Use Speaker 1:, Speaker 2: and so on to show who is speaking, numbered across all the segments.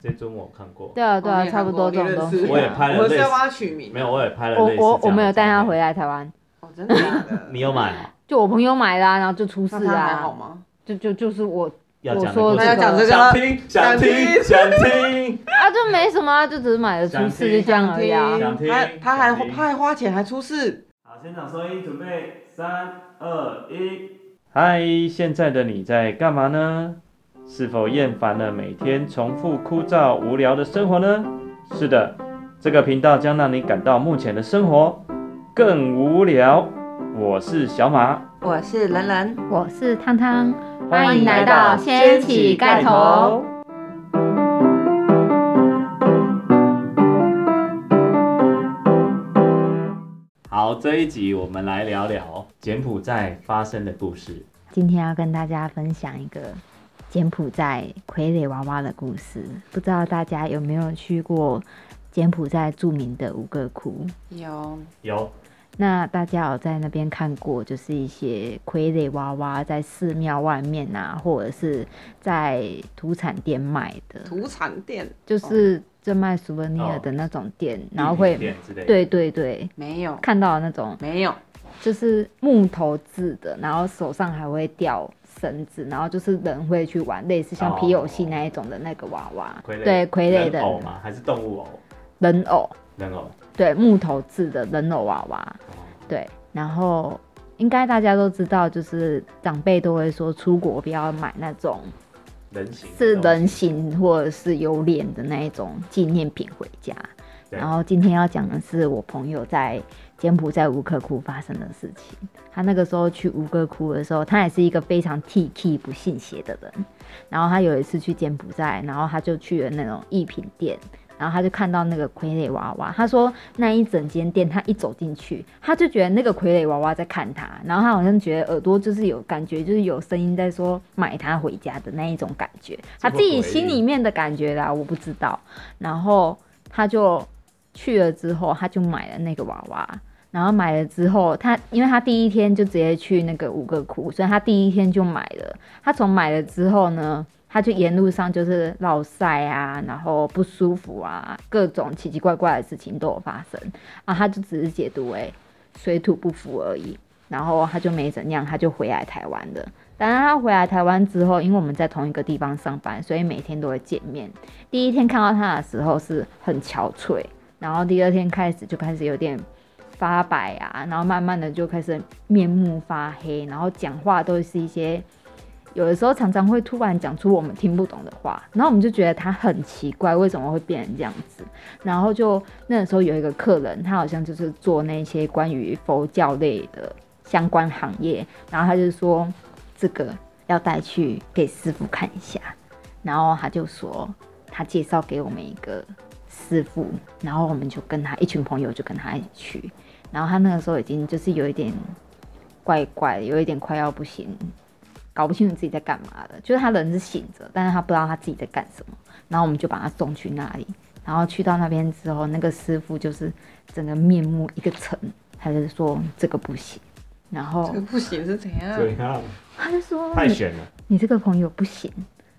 Speaker 1: 这尊我看过，
Speaker 2: 对啊对
Speaker 3: 哦
Speaker 2: 啊，
Speaker 3: 你也
Speaker 2: 差不多
Speaker 3: 看
Speaker 2: 这
Speaker 3: 过
Speaker 2: 种东
Speaker 3: 你
Speaker 2: 西
Speaker 3: 认识。
Speaker 1: 我也拍
Speaker 3: 我
Speaker 1: 了
Speaker 3: 们是
Speaker 1: 类似
Speaker 3: 要，帮他取名。
Speaker 1: 没有，我也拍了
Speaker 2: 我
Speaker 1: 类似
Speaker 2: 我
Speaker 1: 这
Speaker 2: 我
Speaker 1: 样
Speaker 2: 没有
Speaker 1: 的
Speaker 2: 带他
Speaker 1: 照片
Speaker 2: 回，来台湾，
Speaker 3: 哦，真的假的？
Speaker 1: 你有买哦？
Speaker 2: 就我朋友买的啊，然后就出事
Speaker 3: 那他还好
Speaker 2: 啊，
Speaker 3: 吗？
Speaker 2: 就就就是我
Speaker 1: 要
Speaker 2: 我
Speaker 1: 讲的
Speaker 2: 说
Speaker 1: 故
Speaker 3: 那
Speaker 1: 事
Speaker 3: 要
Speaker 2: 这个
Speaker 3: 讲这个
Speaker 1: 想
Speaker 3: 了，
Speaker 1: 听想
Speaker 3: 想
Speaker 1: 听
Speaker 3: 听
Speaker 1: 想听，
Speaker 2: 啊，就没什么啊，就只是买了出事就这样而已啊。
Speaker 1: 想听
Speaker 3: 他他还
Speaker 1: 想听
Speaker 3: 他还花钱还出事，
Speaker 1: 好，现场收音，准备，三、二、一。嗨，现在的你在干嘛呢？是否厌烦了每天重复枯燥无聊的生活呢？是的，这个频道将让你感到目前的生活更无聊。我是小马，
Speaker 3: 我是兰兰，
Speaker 2: 我是汤汤，
Speaker 1: 欢迎来到
Speaker 2: 掀
Speaker 3: 起
Speaker 1: 盖头。好，这一集我们来聊聊柬埔寨发生的故事。
Speaker 2: 今天要跟大家分享一个柬埔寨傀儡娃娃的故事，不知道大家有没有去过柬埔寨著名的吴哥窟？
Speaker 3: 有
Speaker 1: 有，
Speaker 2: 那大家有在那边看过，就是一些傀儡娃娃在寺庙外面啊，或者是在土产店卖的，
Speaker 3: 土产店
Speaker 2: 就是就卖 souvenir
Speaker 1: 哦
Speaker 2: 的那种店，然后会
Speaker 1: 玉米片之类的，
Speaker 2: 对对对，
Speaker 3: 没有
Speaker 2: 看到那种
Speaker 3: 没有，
Speaker 2: 就是木头制的，然后手上还会吊绳子，然后就是人会去玩，类似像皮
Speaker 1: 哦
Speaker 2: 偶戏那一种的那个娃娃，
Speaker 1: 傀儡
Speaker 2: 对傀儡
Speaker 1: 人偶
Speaker 2: 的
Speaker 1: 吗？还是动物偶？
Speaker 2: 人偶，
Speaker 1: 人偶。哦
Speaker 2: 对木头制的人偶娃娃，对，然后应该大家都知道，就是长辈都会说出国不要买那种
Speaker 1: 人形的
Speaker 2: 是
Speaker 1: 东西
Speaker 2: 人形或者是有脸的那一种纪念品回家。
Speaker 1: 对
Speaker 2: 然后今天要讲的是我朋友在柬埔寨吴克窟发生的事情。他那个时候去吴哥窟的时候，他也是一个非常 T K 不信邪的人。然后他有一次去柬埔寨，然后他就去了那种艺品店，然后他就看到那个傀儡娃娃。他说那一整间店，他一走进去，他就觉得那个傀儡娃娃在看他，然后他好像觉得耳朵就是有感觉，就是有声音在说买它回家的那一种感觉，他自己心里面的感觉啦，我不知道。然后他就去了之后，他就买了那个娃娃。然后买了之后，他因为他第一天就直接去那个五个窟，所以他第一天就买了。他从买了之后呢，他就沿路上就是落晒啊，然后不舒服啊，各种奇奇怪怪的事情都有发生啊。他就只是解读为水土不服而已，然后他就没怎样，他就回来台湾了。当然，他回来台湾之后，因为我们在同一个地方上班，所以每天都会见面。第一天看到他的时候是很憔悴，然后第二天开始就开始有点发白啊，然后慢慢的就开始面目发黑，然后讲话都是一些有的时候常常会突然讲出我们听不懂的话，然后我们就觉得他很奇怪，为什么会变成这样子？然后就那时候有一个客人，他好像就是做那些关于佛教类的相关行业，然后他就说这个要带去给师傅看一下，然后他就说他介绍给我们一个师傅，然后我们就跟他一群朋友就跟他一起去，然后他那个时候已经就是有一点怪怪，有一点快要不行，搞不清楚自己在干嘛了。就是他人是醒着，但是他不知道他自己在干什么。然后我们就把他送去那里，然后去到那边之后，那个师傅就是整个面目一个沉，他就说这个不行，然后
Speaker 3: 这个不行是怎样？
Speaker 1: 怎样？
Speaker 2: 他就说
Speaker 1: 啊太
Speaker 2: 你
Speaker 1: 悬了，
Speaker 2: 你这个朋友不行。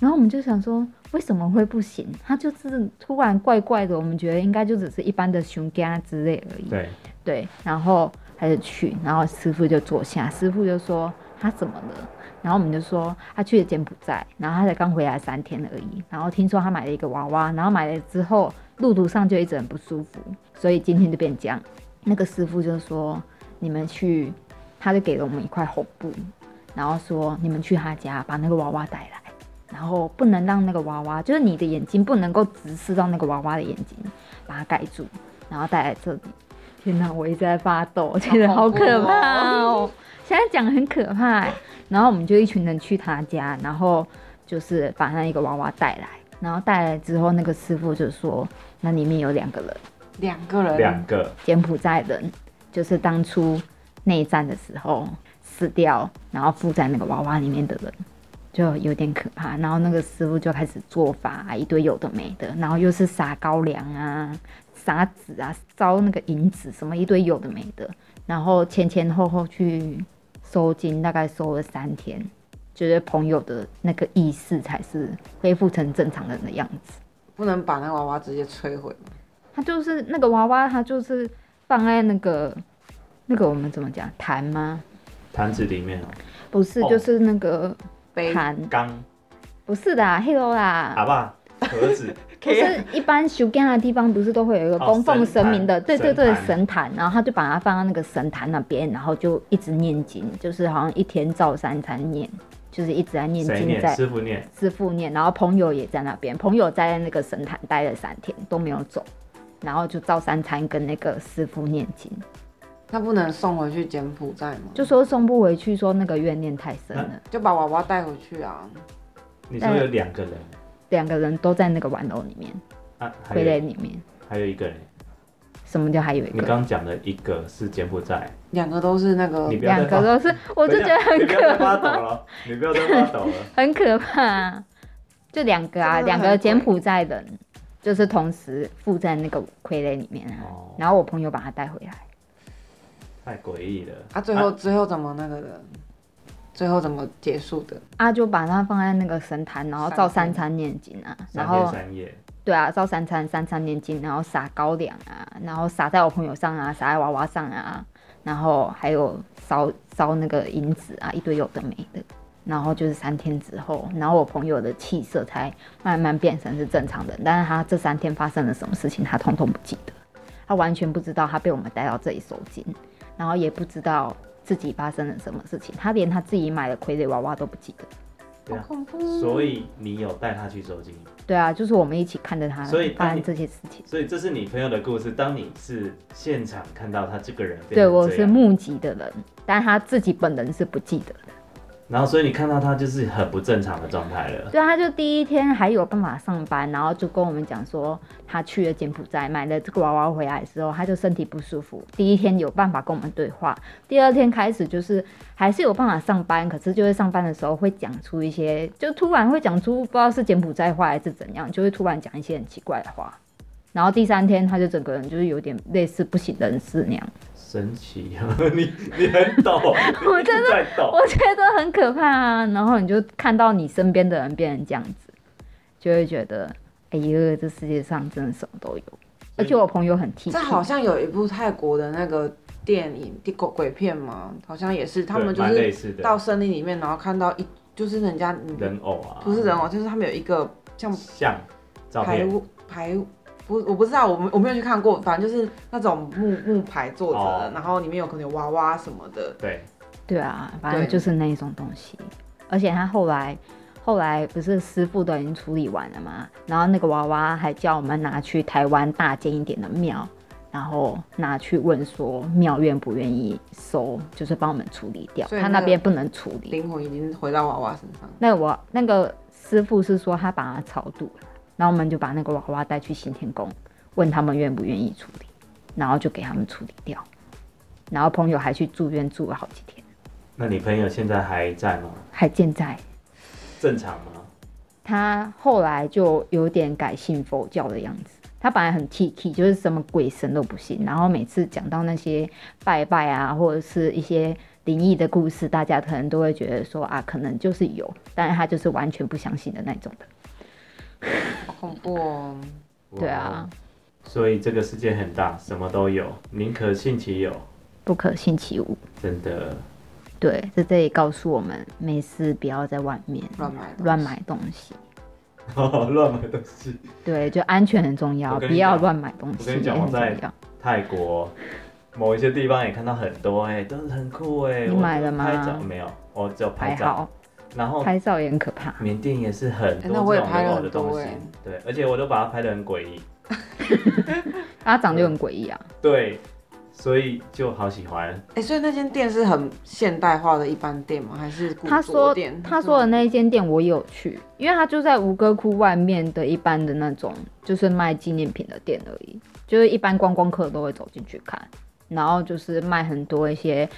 Speaker 2: 然后我们就想说，为什么会不行？他就是突然怪怪的，我们觉得应该就只是一般的熊家之类而已。
Speaker 1: 对，
Speaker 2: 对，然后他就去，然后师傅就坐下，师傅就说他怎么了？然后我们就说他去了柬埔寨，然后他才刚回来三天而已。然后听说他买了一个娃娃，然后买了之后路途上就一直很不舒服，所以今天就变这样。那个师傅就说你们去，他就给了我们一块红布，然后说你们去他家把那个娃娃带来。然后不能让那个娃娃，就是你的眼睛不能够直视到那个娃娃的眼睛，把它盖住，然后带来这里。天哪，我一直在发抖，我觉得好可怕哦！现在讲很可怕欸、然后我们就一群人去他家，然后就是把那一个娃娃带来，然后带来之后，那个师傅就说，那里面有两个人，
Speaker 3: 两个
Speaker 1: 两
Speaker 3: 人，
Speaker 1: 个
Speaker 2: 柬埔寨人，就是当初内战的时候死掉，然后附在那个娃娃里面的人，就有点可怕。然后那个师傅就开始做法、一堆有的没的，然后又是撒高粱啊、撒纸啊、烧那个银纸什么一堆有的没的，然后前前后后去收金，大概收了三天。觉得朋友的那个意识才是恢复成正常人的样子，
Speaker 3: 不能把那个娃娃直接摧毁吗？
Speaker 2: 他就是那个娃娃，他就是放在那个那个我们怎么讲坛吗？
Speaker 1: 坛子里面哦，
Speaker 2: 不是，
Speaker 1: 哦
Speaker 2: 就是那个
Speaker 3: 杯
Speaker 2: 坛，
Speaker 1: 缸、
Speaker 2: 不是的，黑楼啦。
Speaker 1: 喇 叭、盒子，
Speaker 2: 就
Speaker 3: 可以啊
Speaker 2: 是一般修干的地方，不是都会有一个
Speaker 1: 哦
Speaker 2: 供奉神明的，
Speaker 1: 神坛
Speaker 2: 对对对
Speaker 1: 神，坛
Speaker 2: 神坛，然后他就把它放到那个神坛那边，然后就一直念经，就是好像一天照三餐念，就是一直在念
Speaker 1: 谁
Speaker 2: 经，
Speaker 1: 念？
Speaker 2: 在
Speaker 1: 师傅念。
Speaker 2: 师傅念，然后朋友也在那边，朋友在那个神坛待了三天都没有走，然后就照三餐跟那个师傅念经，
Speaker 3: 那不能送回去柬埔寨吗？
Speaker 2: 就说送不回去，说那个怨念太深
Speaker 1: 嗯
Speaker 2: 了。
Speaker 3: 就把娃娃带回去啊。
Speaker 1: 你说有两个人
Speaker 2: 两个人都在那个玩偶里面，
Speaker 1: 啊，还
Speaker 2: 傀儡
Speaker 1: 有
Speaker 2: 里面，
Speaker 1: 还有一个人，
Speaker 2: 什么叫还有一
Speaker 1: 你
Speaker 2: 个？
Speaker 1: 刚讲的一个是柬埔寨，
Speaker 3: 两个都是那个
Speaker 1: 你不要
Speaker 2: 哦两
Speaker 1: 再发，
Speaker 2: 个都是，我就觉得
Speaker 1: 等一
Speaker 2: 很
Speaker 1: 下你不要再发抖了，你不要再发
Speaker 2: 可怕，
Speaker 1: 抖了。
Speaker 2: 很可怕、啊。就两个啊，
Speaker 3: 真的
Speaker 2: 两
Speaker 3: 很
Speaker 2: 个柬埔寨人，就是同时附在那个傀儡里面啊。
Speaker 1: 哦，
Speaker 2: 然后我朋友把他带回来，
Speaker 1: 太诡异了。
Speaker 3: 啊，最后、最后怎么那个的？最后怎么结束的？
Speaker 2: 啊，就把它放在那个神坛，然后照三
Speaker 3: 三天
Speaker 2: 餐念经啊，然
Speaker 1: 三
Speaker 2: 后
Speaker 1: 天三夜，
Speaker 2: 对啊，照三餐三餐念经，然后撒高粱啊，然后撒在我朋友上啊，撒在娃娃上啊，然后还有烧烧那个银子啊，一堆有的没的。然后就是三天之后，然后我朋友的气色才慢慢变成是正常的，但是他这三天发生了什么事情，他通通不记得，他完全不知道他被我们带到这里受惊，然后也不知道自己发生了什么事情，他连他自己买的傀儡娃娃都不记得。
Speaker 1: 对啊
Speaker 3: 好恐怖！
Speaker 1: 所以你有带他去收金，
Speaker 2: 对啊，就是我们一起看着他
Speaker 1: 所以
Speaker 2: 发
Speaker 1: 当你
Speaker 2: 生这些事情，
Speaker 1: 所以这是你朋友的故事。当你是现场看到他这个人，
Speaker 2: 对我是，目击的人，但他自己本人是不记得的。
Speaker 1: 然后所以你看到他就是很不正常的状态了。
Speaker 2: 对，他就第一天还有办法上班，然后就跟我们讲说，他去了柬埔寨买了这个娃娃回来之后，他就身体不舒服。第一天有办法跟我们对话，第二天开始就是还是有办法上班，可是就是上班的时候会讲出一些，就突然会讲出不知道是柬埔寨话还是怎样，就会突然讲一些很奇怪的话。然后第三天他就整个人就是有点类似不省人事那样。
Speaker 1: 神奇，哦你你很抖，我真的在抖。
Speaker 2: 我觉得很可怕啊。然后你就看到你身边的人变成这样子，就会觉得，哎呀，这世界上真的什么都有。而且我朋友很 T，
Speaker 3: 这好像有一部泰国的那个电影，地鬼鬼片嘛，好像也是，他们
Speaker 1: 对
Speaker 3: 就
Speaker 1: 蛮类
Speaker 3: 是
Speaker 1: 似的
Speaker 3: 到森林里面，然后看到一就是人家嗯
Speaker 1: 人偶啊，
Speaker 3: 不是人偶，就是他们有一个像
Speaker 1: 像照
Speaker 3: 排
Speaker 1: 片
Speaker 3: 屋排屋。不，我不知道，我没我没有去看过，反正就是那种木木牌做着的
Speaker 1: 哦
Speaker 3: 然后里面有可能有娃娃什么的，
Speaker 1: 对，
Speaker 2: 对啊，反正就是那一种东西。而且他后来后来不是师傅都已经处理完了嘛，然后那个娃娃还叫我们拿去台湾大间一点的庙。然后拿去问说庙愿不愿意收，就是帮我们处理掉，
Speaker 3: 所以
Speaker 2: 他
Speaker 3: 那
Speaker 2: 那
Speaker 3: 个
Speaker 2: 边不能处理。
Speaker 3: 灵魂已经回到娃娃身上。
Speaker 2: 那我那个师傅是说他把他超度了，然后我们就把那个娃娃带去行天宫，问他们愿不愿意处理，然后就给他们处理掉。然后朋友还去住院住了好几天，
Speaker 1: 那你朋友现在还在吗？
Speaker 2: 还健在。
Speaker 1: 正常吗？
Speaker 2: 他后来就有点改信佛教的样子。他本来很 T K，就是什么鬼神都不信，然后每次讲到那些拜拜啊，或者是一些灵异的故事，大家可能都会觉得说啊，可能就是有，但是他就是完全不相信的那种的。
Speaker 3: 好恐怖哦！
Speaker 2: 对啊，
Speaker 1: 哇，所以这个世界很大，什么都有，宁可信其有，
Speaker 2: 不可信其无。
Speaker 1: 真的。
Speaker 2: 对，在这里告诉我们，没事不要在外面
Speaker 3: 乱买东西
Speaker 2: 乱买东西。
Speaker 1: 乱买东西。
Speaker 2: 对，就安全很重要，
Speaker 1: 我跟
Speaker 2: 不
Speaker 1: 你
Speaker 2: 要
Speaker 1: 讲
Speaker 2: 乱买东西
Speaker 1: 我跟你
Speaker 2: 也
Speaker 1: 讲我
Speaker 2: 很重
Speaker 1: 在
Speaker 2: 要。
Speaker 1: 泰国某一些地方也看到很多、哎，都是很酷哎、
Speaker 2: 你
Speaker 1: 我
Speaker 2: 买了
Speaker 1: 就拍照
Speaker 2: 吗
Speaker 1: 没有，我只有拍
Speaker 2: 还
Speaker 1: 照。
Speaker 2: 好，
Speaker 1: 然后
Speaker 2: 拍照也很可怕。
Speaker 1: 缅甸也是很
Speaker 3: 哎
Speaker 1: 多
Speaker 3: 那
Speaker 1: 这
Speaker 3: 我也
Speaker 1: 种
Speaker 3: 拍
Speaker 1: 人
Speaker 3: 了
Speaker 1: 偶的
Speaker 3: 很多
Speaker 1: 东西
Speaker 3: 哎，
Speaker 1: 对，而且我都把它拍得很诡异，
Speaker 2: 他长得就很诡异啊，
Speaker 1: 对，所以就好喜欢。
Speaker 3: 哎、所以那间店是很现代化的一般店吗？还是古
Speaker 2: 他
Speaker 3: 着
Speaker 2: 说
Speaker 3: 店？
Speaker 2: 他说的那一间店我也有去，因为他就在吴哥窟外面的一般的那种就是卖纪念品的店而已，就是一般观光客都会走进去看，然后就是卖很多一些。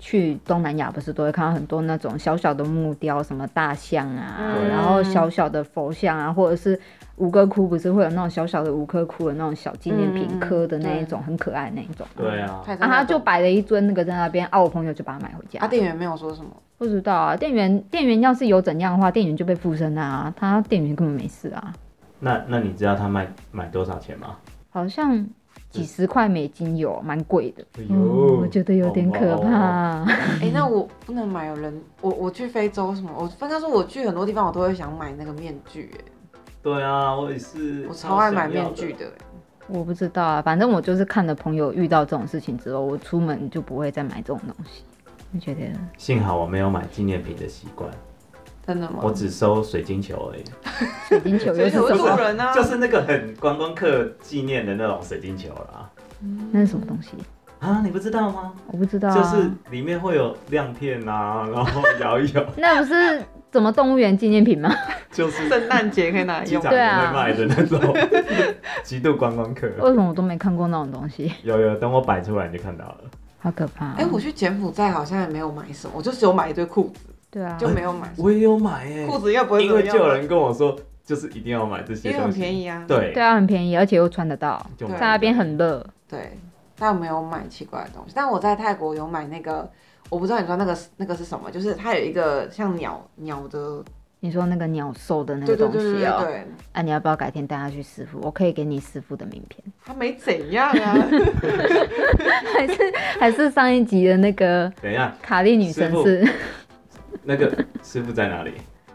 Speaker 2: 去东南亚不是都会看到很多那种小小的木雕，什么大象啊，
Speaker 1: 嗯
Speaker 2: 然后小小的佛像啊，或者是吴哥窟不是会有那种小小的吴哥窟的那种小纪念品
Speaker 3: 嗯
Speaker 2: 刻的那一
Speaker 3: 对
Speaker 2: 种，很可爱那一种。
Speaker 1: 对啊，
Speaker 3: 泰
Speaker 2: 然
Speaker 3: 山
Speaker 2: 后
Speaker 3: 那
Speaker 2: 他就
Speaker 3: 种
Speaker 2: 摆了一尊那个在那边，啊，我朋友就把它买回家。
Speaker 3: 啊，店员没有说什么，
Speaker 2: 不知道啊，店员店员要是有怎样的话，店员就被附身啊，他店员根本没事啊。
Speaker 1: 那那你知道他卖买多少钱吗？
Speaker 2: 好像几十块美金有，蛮贵的。
Speaker 1: 哎
Speaker 2: 嗯，我觉得有点可。
Speaker 1: 哦哦哦
Speaker 2: 怕。
Speaker 3: 哎、那我不能买有人，我我去非洲什么，我跟他说我去很多地方，我都会想买那个面具、
Speaker 1: 对啊，我也是，
Speaker 3: 哎，我超爱买面具。的、哎
Speaker 2: 我不知道啊，反正我就是看了朋友遇到这种事情之后，我出门就不会再买这种东西。我觉得
Speaker 1: 幸好我没有买纪念品的习惯，
Speaker 3: 真的吗？
Speaker 1: 我只收水晶球而已，
Speaker 2: 水晶球
Speaker 3: 所
Speaker 2: 又
Speaker 3: 以
Speaker 2: 是
Speaker 3: 就
Speaker 2: 什
Speaker 3: 会路
Speaker 2: 么？
Speaker 3: 人啊，
Speaker 1: 就是那个很观光客纪念的那种水晶球啦。
Speaker 2: 那是什么东西？
Speaker 1: 啊，你不知道吗？
Speaker 2: 我不知道、啊。
Speaker 1: 就是里面会有亮片啊， 然后摇一摇，
Speaker 2: 那不是怎么动物园纪念品 吗？
Speaker 1: 就是
Speaker 3: 圣诞节可以拿来
Speaker 1: 机
Speaker 3: 用
Speaker 1: 长。
Speaker 2: 对
Speaker 1: 也
Speaker 2: 啊
Speaker 1: 会卖的那种， 极度观光客。
Speaker 2: 为什么我都没看过那种东西？
Speaker 1: 有有，等我摆出来你就看到了。
Speaker 2: 好可怕、啊！
Speaker 3: 哎、我去柬埔寨好像也没有买什么，我就只有买一堆裤子，
Speaker 2: 对啊，
Speaker 3: 就没有买什么
Speaker 1: 我也有买哎、
Speaker 3: 裤子，应该不会
Speaker 1: 因为就
Speaker 3: 怎么
Speaker 1: 有
Speaker 3: 样吧
Speaker 1: 人跟我说，就是一定要买这些
Speaker 3: 因为
Speaker 1: 东
Speaker 3: 很
Speaker 1: 西，
Speaker 3: 便宜啊。
Speaker 1: 对
Speaker 2: 对啊，很便宜，而且又穿得到，
Speaker 1: 就
Speaker 3: 对啊
Speaker 1: 买
Speaker 2: 在那边很热。
Speaker 3: 对，但我没有买奇怪的东西。但我在泰国有买那个，我不知道你知道那个是那个是什么，就是它有一个像鸟鸟的，
Speaker 2: 你说那个鸟兽的那
Speaker 3: 对
Speaker 2: 个
Speaker 3: 对
Speaker 2: 东
Speaker 3: 对对
Speaker 2: 西
Speaker 3: 对
Speaker 2: 哦、
Speaker 3: 对，
Speaker 2: 啊，你要不要改天带他去师傅？我可以给你师傅的名片，
Speaker 3: 它没怎样啊。
Speaker 2: 还是上一集的那个
Speaker 1: 等一下，
Speaker 2: 卡莉女神是
Speaker 1: 那个师傅在哪里？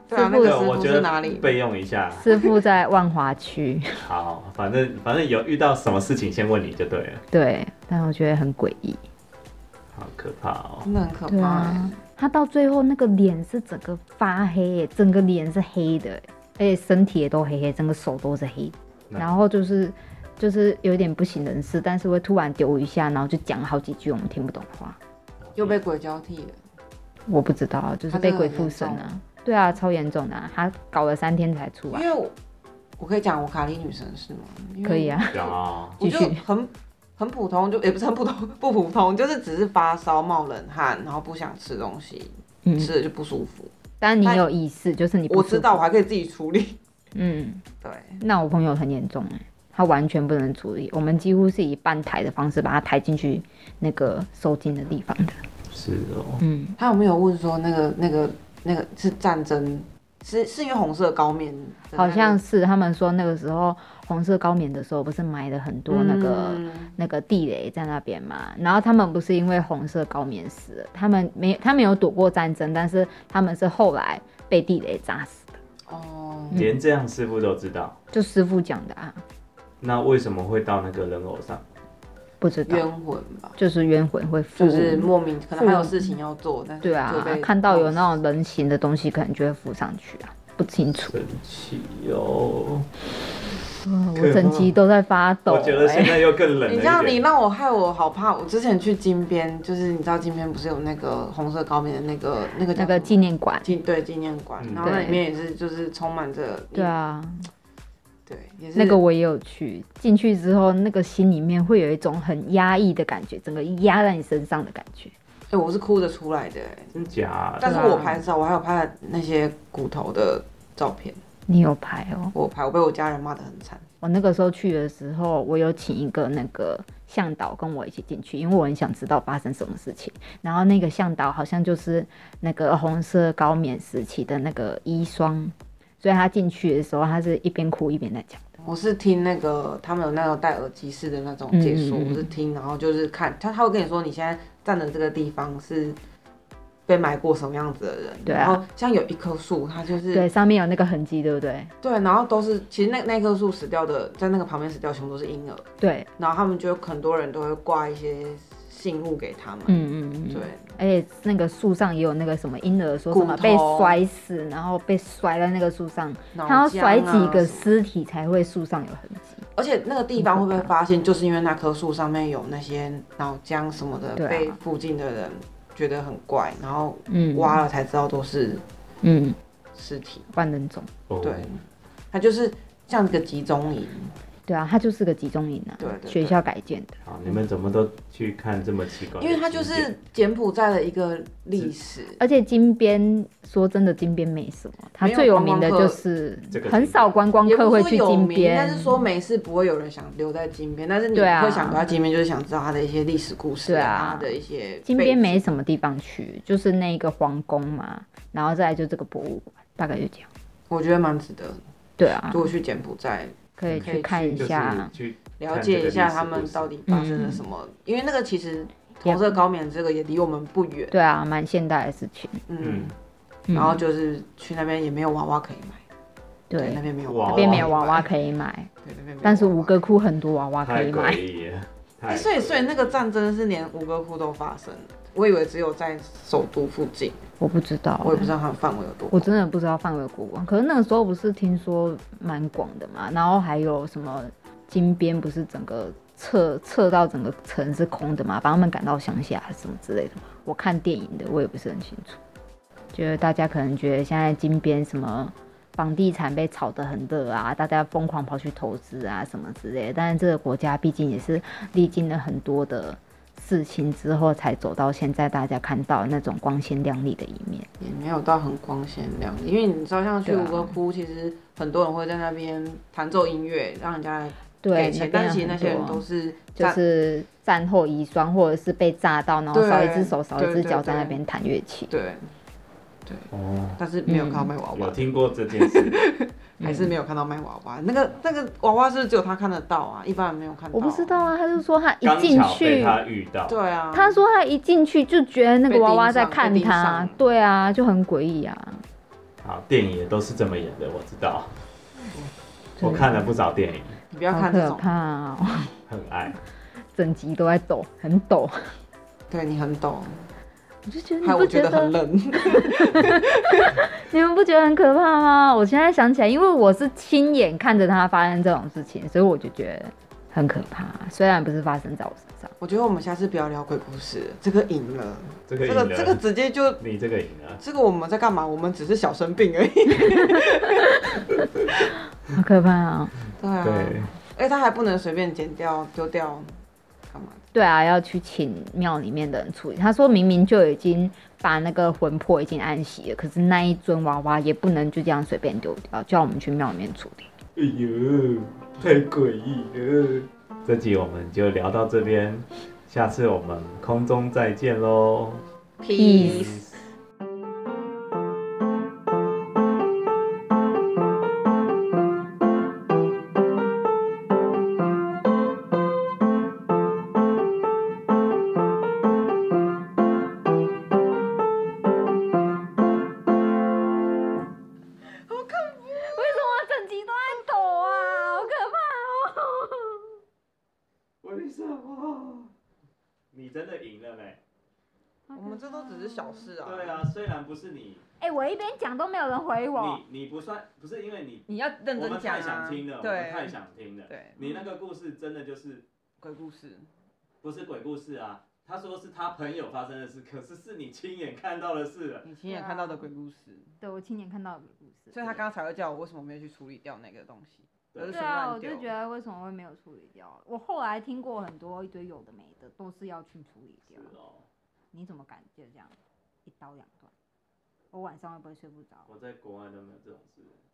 Speaker 3: 对啊，那
Speaker 2: 不
Speaker 3: 个
Speaker 1: 对，
Speaker 3: 师
Speaker 1: 我
Speaker 3: 傅
Speaker 1: 觉
Speaker 3: 是
Speaker 1: 得
Speaker 3: 哪里？
Speaker 1: 备用一下。
Speaker 2: 师傅在万华区，
Speaker 1: 好，反正反正有遇到什么事情先问你就对了。
Speaker 2: 对，但我觉得很诡异。
Speaker 1: 好可怕哦！
Speaker 3: 真的很可
Speaker 2: 对
Speaker 3: 怕、
Speaker 2: 啊，他到最后那个脸是整个发黑耶，整个脸是黑的耶，而且身体也都黑黑，整个手都是黑的。
Speaker 1: 那
Speaker 2: 然后就是就是有点不省人事，但是会突然丢一下，然后就讲好几句我们听不懂的话。
Speaker 3: 又被鬼交替了。
Speaker 2: 我不知道，就是
Speaker 3: 他
Speaker 2: 被
Speaker 3: 真的
Speaker 2: 鬼
Speaker 3: 很
Speaker 2: 附
Speaker 3: 严
Speaker 2: 身
Speaker 3: 重
Speaker 2: 啊。对啊，超严重的、啊，他搞了三天才出
Speaker 3: 因
Speaker 2: 来。
Speaker 3: 为我我可以讲我卡莉女神是吗？因为
Speaker 2: 啊可以啊，
Speaker 1: 讲啊，
Speaker 3: 我就
Speaker 2: 继续
Speaker 3: 很很普通，就也不是很普通，不普通，就是只是发烧、冒冷汗，然后不想吃东西，
Speaker 2: 嗯，
Speaker 3: 吃了就不舒服。
Speaker 2: 但你
Speaker 3: 但
Speaker 2: 有意识，就是你不
Speaker 3: 我
Speaker 2: 舒
Speaker 3: 知道，
Speaker 2: 服
Speaker 3: 我还可以自己 处理。
Speaker 2: 嗯，
Speaker 3: 对，
Speaker 2: 那我朋友很严重哎、他完全不能处理，我们几乎是以半抬的方式把他抬进去那个收金的地方的。
Speaker 1: 是哦，
Speaker 2: 嗯，
Speaker 3: 他有没有问说那个、那个、那个是战争？是是因为红色高棉的那个、
Speaker 2: 好像是他们说那个时候红色高棉的时候，不是埋了很多那个、
Speaker 3: 嗯
Speaker 2: 那个地雷在那边嘛？然后他们不是因为红色高棉死了，他们没他们有躲过战争，但是他们是后来被地雷炸死的，
Speaker 3: 哦，
Speaker 1: 连这样师傅都知道，
Speaker 2: 就师傅讲的啊，
Speaker 1: 那为什么会到那个人偶上？
Speaker 2: 不知道，
Speaker 3: 冤魂吧，
Speaker 2: 就是冤魂会附，
Speaker 3: 就是莫名可能还有事情要做，但是
Speaker 2: 对啊
Speaker 3: 就被，
Speaker 2: 看到有那种人形的东西，可能就会附上去啊，不清楚，
Speaker 1: 神奇哦！
Speaker 2: 嗯
Speaker 1: 可
Speaker 2: 我整集都在发抖、
Speaker 1: 我觉得现
Speaker 2: 欸，
Speaker 1: 在又更冷了
Speaker 3: 你
Speaker 1: 一
Speaker 3: 知道，你
Speaker 1: 点。
Speaker 3: 让我害我好怕。我之前去金边，就是你知道金边不是有那个红色高棉的那个那个叫
Speaker 2: 那个
Speaker 3: 什么
Speaker 2: 纪念馆，
Speaker 3: 纪对纪念馆，
Speaker 1: 嗯
Speaker 3: 然后那
Speaker 2: 对
Speaker 3: 里面也是就是充满着
Speaker 2: 对啊，
Speaker 3: 对也是
Speaker 2: 那个我也有去，进去之后，那个心里面会有一种很压抑的感觉，整个压在你身上的感觉。
Speaker 3: 哎、我是哭着出来的、哎
Speaker 1: 真假？
Speaker 3: 但是我拍照，我还有拍了那些骨头的照片，
Speaker 2: 你有拍哦？
Speaker 3: 我有拍我被我家人骂得很惨。
Speaker 2: 我那个时候去的时候，我有请一个那个向导跟我一起进去，因为我很想知道发生什么事情。然后那个向导好像就是那个红色高棉时期的那个医双，所以他进去的时候，他是一边哭一边在讲。
Speaker 3: 我是听那个他们有那个戴耳机式的那种解说，
Speaker 2: 嗯嗯嗯
Speaker 3: 我是听，然后就是看他他会跟你说你现在站的这个地方是被埋过什么样子的人，
Speaker 2: 对啊
Speaker 3: 然后像有一棵树，它就是
Speaker 2: 对，上面有那个痕迹，对不对？
Speaker 3: 对啊然后都是其实那那棵树死掉的，在那个旁边死掉全部都是婴儿，
Speaker 2: 对，
Speaker 3: 然后他们就很多人都会挂一些信物给他们，
Speaker 2: 嗯嗯嗯。
Speaker 3: 对，
Speaker 2: 而且那个树上也有那个什么婴儿说什么
Speaker 3: 骨头
Speaker 2: 被摔死，然后被摔在那个树上，
Speaker 3: 脑
Speaker 2: 他要
Speaker 3: 浆
Speaker 2: 甩
Speaker 3: 啊
Speaker 2: 几个
Speaker 3: 什么
Speaker 2: 尸体才会树上有痕迹。
Speaker 3: 而且那个地方会不会发现，就是因为那棵树上面有那些脑浆什么的，
Speaker 2: 对啊
Speaker 3: 被附近的人觉得很怪，然后
Speaker 2: 嗯，
Speaker 3: 挖了才知道都是
Speaker 2: 嗯，
Speaker 3: 尸体。
Speaker 2: 万人种，
Speaker 1: 哦
Speaker 3: 对，它就是像一个集中营。
Speaker 2: 对啊，它就是个集中营啊，
Speaker 3: 对对对
Speaker 2: 学校改建的，
Speaker 1: 好，你们怎么都去看这么奇怪的景点？
Speaker 3: 因为它就是柬埔寨的一个历史。
Speaker 2: 而且金边说真的，金边没什么，它
Speaker 3: 没有
Speaker 2: 最有名的
Speaker 3: 观光
Speaker 2: 就
Speaker 3: 客
Speaker 2: 是
Speaker 1: 这个
Speaker 2: 很少观光
Speaker 3: 也
Speaker 2: 客
Speaker 3: 不是
Speaker 2: 会
Speaker 3: 说
Speaker 2: 去
Speaker 3: 有
Speaker 2: 金
Speaker 3: 名，但
Speaker 2: 边
Speaker 3: 是，说没事不会有人想留在金边，但是你
Speaker 2: 对啊
Speaker 3: 会想留在金边，就是想知道它的一些历史故事，
Speaker 2: 对啊
Speaker 3: 它的一些
Speaker 2: 金
Speaker 3: 背
Speaker 2: 边
Speaker 3: 景
Speaker 2: 没什么地方去，就是那个皇宫嘛，然后再来就这个博物馆，大概就这样。
Speaker 3: 我觉得蛮值得。
Speaker 2: 对啊
Speaker 3: 如，果去柬埔寨，
Speaker 2: 可以
Speaker 3: 可以
Speaker 2: 去看一
Speaker 3: 去
Speaker 1: 就
Speaker 2: 下
Speaker 1: 是。去
Speaker 3: 了解一下他们到底发生了什么，
Speaker 2: 嗯
Speaker 3: 因为那个其实红色高棉这个也离我们不远，
Speaker 2: 对啊，蛮现代的事情。
Speaker 3: 嗯
Speaker 1: 嗯，，
Speaker 2: 嗯
Speaker 3: 然后就是去那边也没有娃娃可以买，
Speaker 2: 对
Speaker 3: 那，边没有
Speaker 1: 娃娃
Speaker 2: 那边没有娃娃
Speaker 3: 可以
Speaker 2: 可以买，
Speaker 3: 买，对，那边没有娃娃
Speaker 2: 但是吴哥窟很多娃娃可
Speaker 1: 太
Speaker 2: 以买
Speaker 1: 诡。异了。
Speaker 3: 哎、
Speaker 1: 太
Speaker 3: 所以所以那个战争是连吴哥窟都发生的，我以为只有在首都附近，
Speaker 2: 我不知道欸、
Speaker 3: 我也不知道它的范围有多
Speaker 2: 哦我
Speaker 3: 广。
Speaker 2: 真的不知道范围国广，可是那个时候不是听说蛮广的嘛，然后还有什么金边不是整个撤撤到整个城是空的嘛，把他们赶到乡下什么之类的嘛。我看电影的，我也不是很清楚。就是大家可能觉得现在金边什么房地产被炒得很热啊，大家疯狂跑去投资啊什么之类的，但是这个国家毕竟也是历经了很多的事情之后，才走到现在大家看到那种光鲜亮丽的一面。
Speaker 3: 也没有到很光鲜亮丽，因为你知道，像去
Speaker 2: 对啊
Speaker 3: 吴哥窟，其实很多人会在那边弹奏音乐，让人家来
Speaker 2: 对，
Speaker 3: 给钱，但是其实那些人都是
Speaker 2: 就
Speaker 3: 在
Speaker 2: 是战后遗孀，或者是被炸到，然后
Speaker 3: 对
Speaker 2: 少一只手、少一
Speaker 3: 对
Speaker 2: 只
Speaker 3: 对
Speaker 2: 脚在那
Speaker 3: 对
Speaker 2: 边弹乐器。
Speaker 3: 对，
Speaker 1: 哦，
Speaker 3: 但是
Speaker 2: 嗯
Speaker 3: 没有看到卖娃
Speaker 1: 有
Speaker 3: 娃，
Speaker 1: 听过这件 事，
Speaker 3: 还是没有看到卖娃娃。那个那个娃娃是不是只有他看得到啊，一般人没有看到。
Speaker 2: 我不知。道啊，他就说他一
Speaker 1: 刚
Speaker 2: 进
Speaker 1: 巧被
Speaker 2: 去，
Speaker 1: 他遇到，
Speaker 3: 对啊，
Speaker 2: 他说他一进去就觉得那个
Speaker 3: 被
Speaker 2: 娃
Speaker 3: 盯
Speaker 2: 娃在
Speaker 3: 上被
Speaker 2: 看
Speaker 3: 盯
Speaker 2: 他
Speaker 3: 上，
Speaker 2: 对啊，就很诡异啊。
Speaker 1: 好，电影也都是这么演的，我知道，
Speaker 2: 对
Speaker 1: 我看了不少电影，
Speaker 3: 你不要
Speaker 2: 好
Speaker 3: 看这
Speaker 2: 可
Speaker 3: 种，
Speaker 2: 怕哦，
Speaker 1: 很爱。
Speaker 2: 整集都在抖，很抖。
Speaker 3: 对你很懂，
Speaker 2: 我就觉得你
Speaker 3: 害
Speaker 2: 不
Speaker 3: 我
Speaker 2: 觉
Speaker 3: 觉得
Speaker 2: 得
Speaker 3: 很冷。
Speaker 2: 你们不觉得很可怕吗？我现在想起来，因为我是亲眼看着他发生这种事情，所以我就觉得很可怕。虽然不是发生在我身上，
Speaker 3: 我觉得我们下次不要聊鬼故事，这个赢了，
Speaker 1: 这个
Speaker 3: 这
Speaker 1: 赢
Speaker 3: 个
Speaker 1: 了，
Speaker 3: 这个直接就
Speaker 1: 你这个赢了，
Speaker 3: 这个我们在干嘛？我们只是小生病 而已。
Speaker 2: 好可怕啊、
Speaker 3: 对啊，
Speaker 1: 对，
Speaker 3: 哎，他还不能随便剪掉丢掉，干嘛？
Speaker 2: 对啊，要去请庙里面的人处理。他说明明就已经把那个魂魄已经安息了，可是那一尊娃娃也不能就这样随便丢掉，叫我们去庙里面处理。
Speaker 1: 哎呦，太诡异了。这集我们就聊到这边，下次我们空中再见喽。
Speaker 2: Peace
Speaker 3: 好看不
Speaker 2: 为什么我整集都在抖啊？好可怕哦！
Speaker 1: 为什么？你真的赢了嘞！
Speaker 3: 我
Speaker 2: 哦
Speaker 3: 们这都只是小事啊。
Speaker 1: 对，啊，虽然不是你，
Speaker 2: 哎、我一边讲都没有人回我。
Speaker 1: 你你不算，不是因为你，
Speaker 3: 你要认
Speaker 1: 我
Speaker 3: 真
Speaker 1: 们太
Speaker 3: 讲啊。
Speaker 1: 想听了，我们太
Speaker 3: 对，
Speaker 1: 想听了。
Speaker 3: 对，
Speaker 1: 你那个故事真的就是
Speaker 3: 鬼故事，
Speaker 1: 不是鬼故事啊？他说是他朋友发生的事，可是是你亲眼看到的事了。
Speaker 3: 你亲眼看到的鬼故事，
Speaker 2: 对我亲眼看到的故事。
Speaker 3: 所以他刚刚才会叫我为什么没有去处理掉那个东西，
Speaker 1: 对
Speaker 3: 而是
Speaker 2: 对
Speaker 3: 随便
Speaker 2: 啊，
Speaker 3: 乱
Speaker 2: 我
Speaker 3: 丢
Speaker 2: 就觉得为什么会没有处理掉？我后来听过很多一堆有的没的，都是要去处理
Speaker 1: 是
Speaker 2: 掉。
Speaker 1: 哦，
Speaker 2: 你怎么敢就这样一刀两断？我晚上会不会睡不着？
Speaker 1: 我在国外都没有这种事。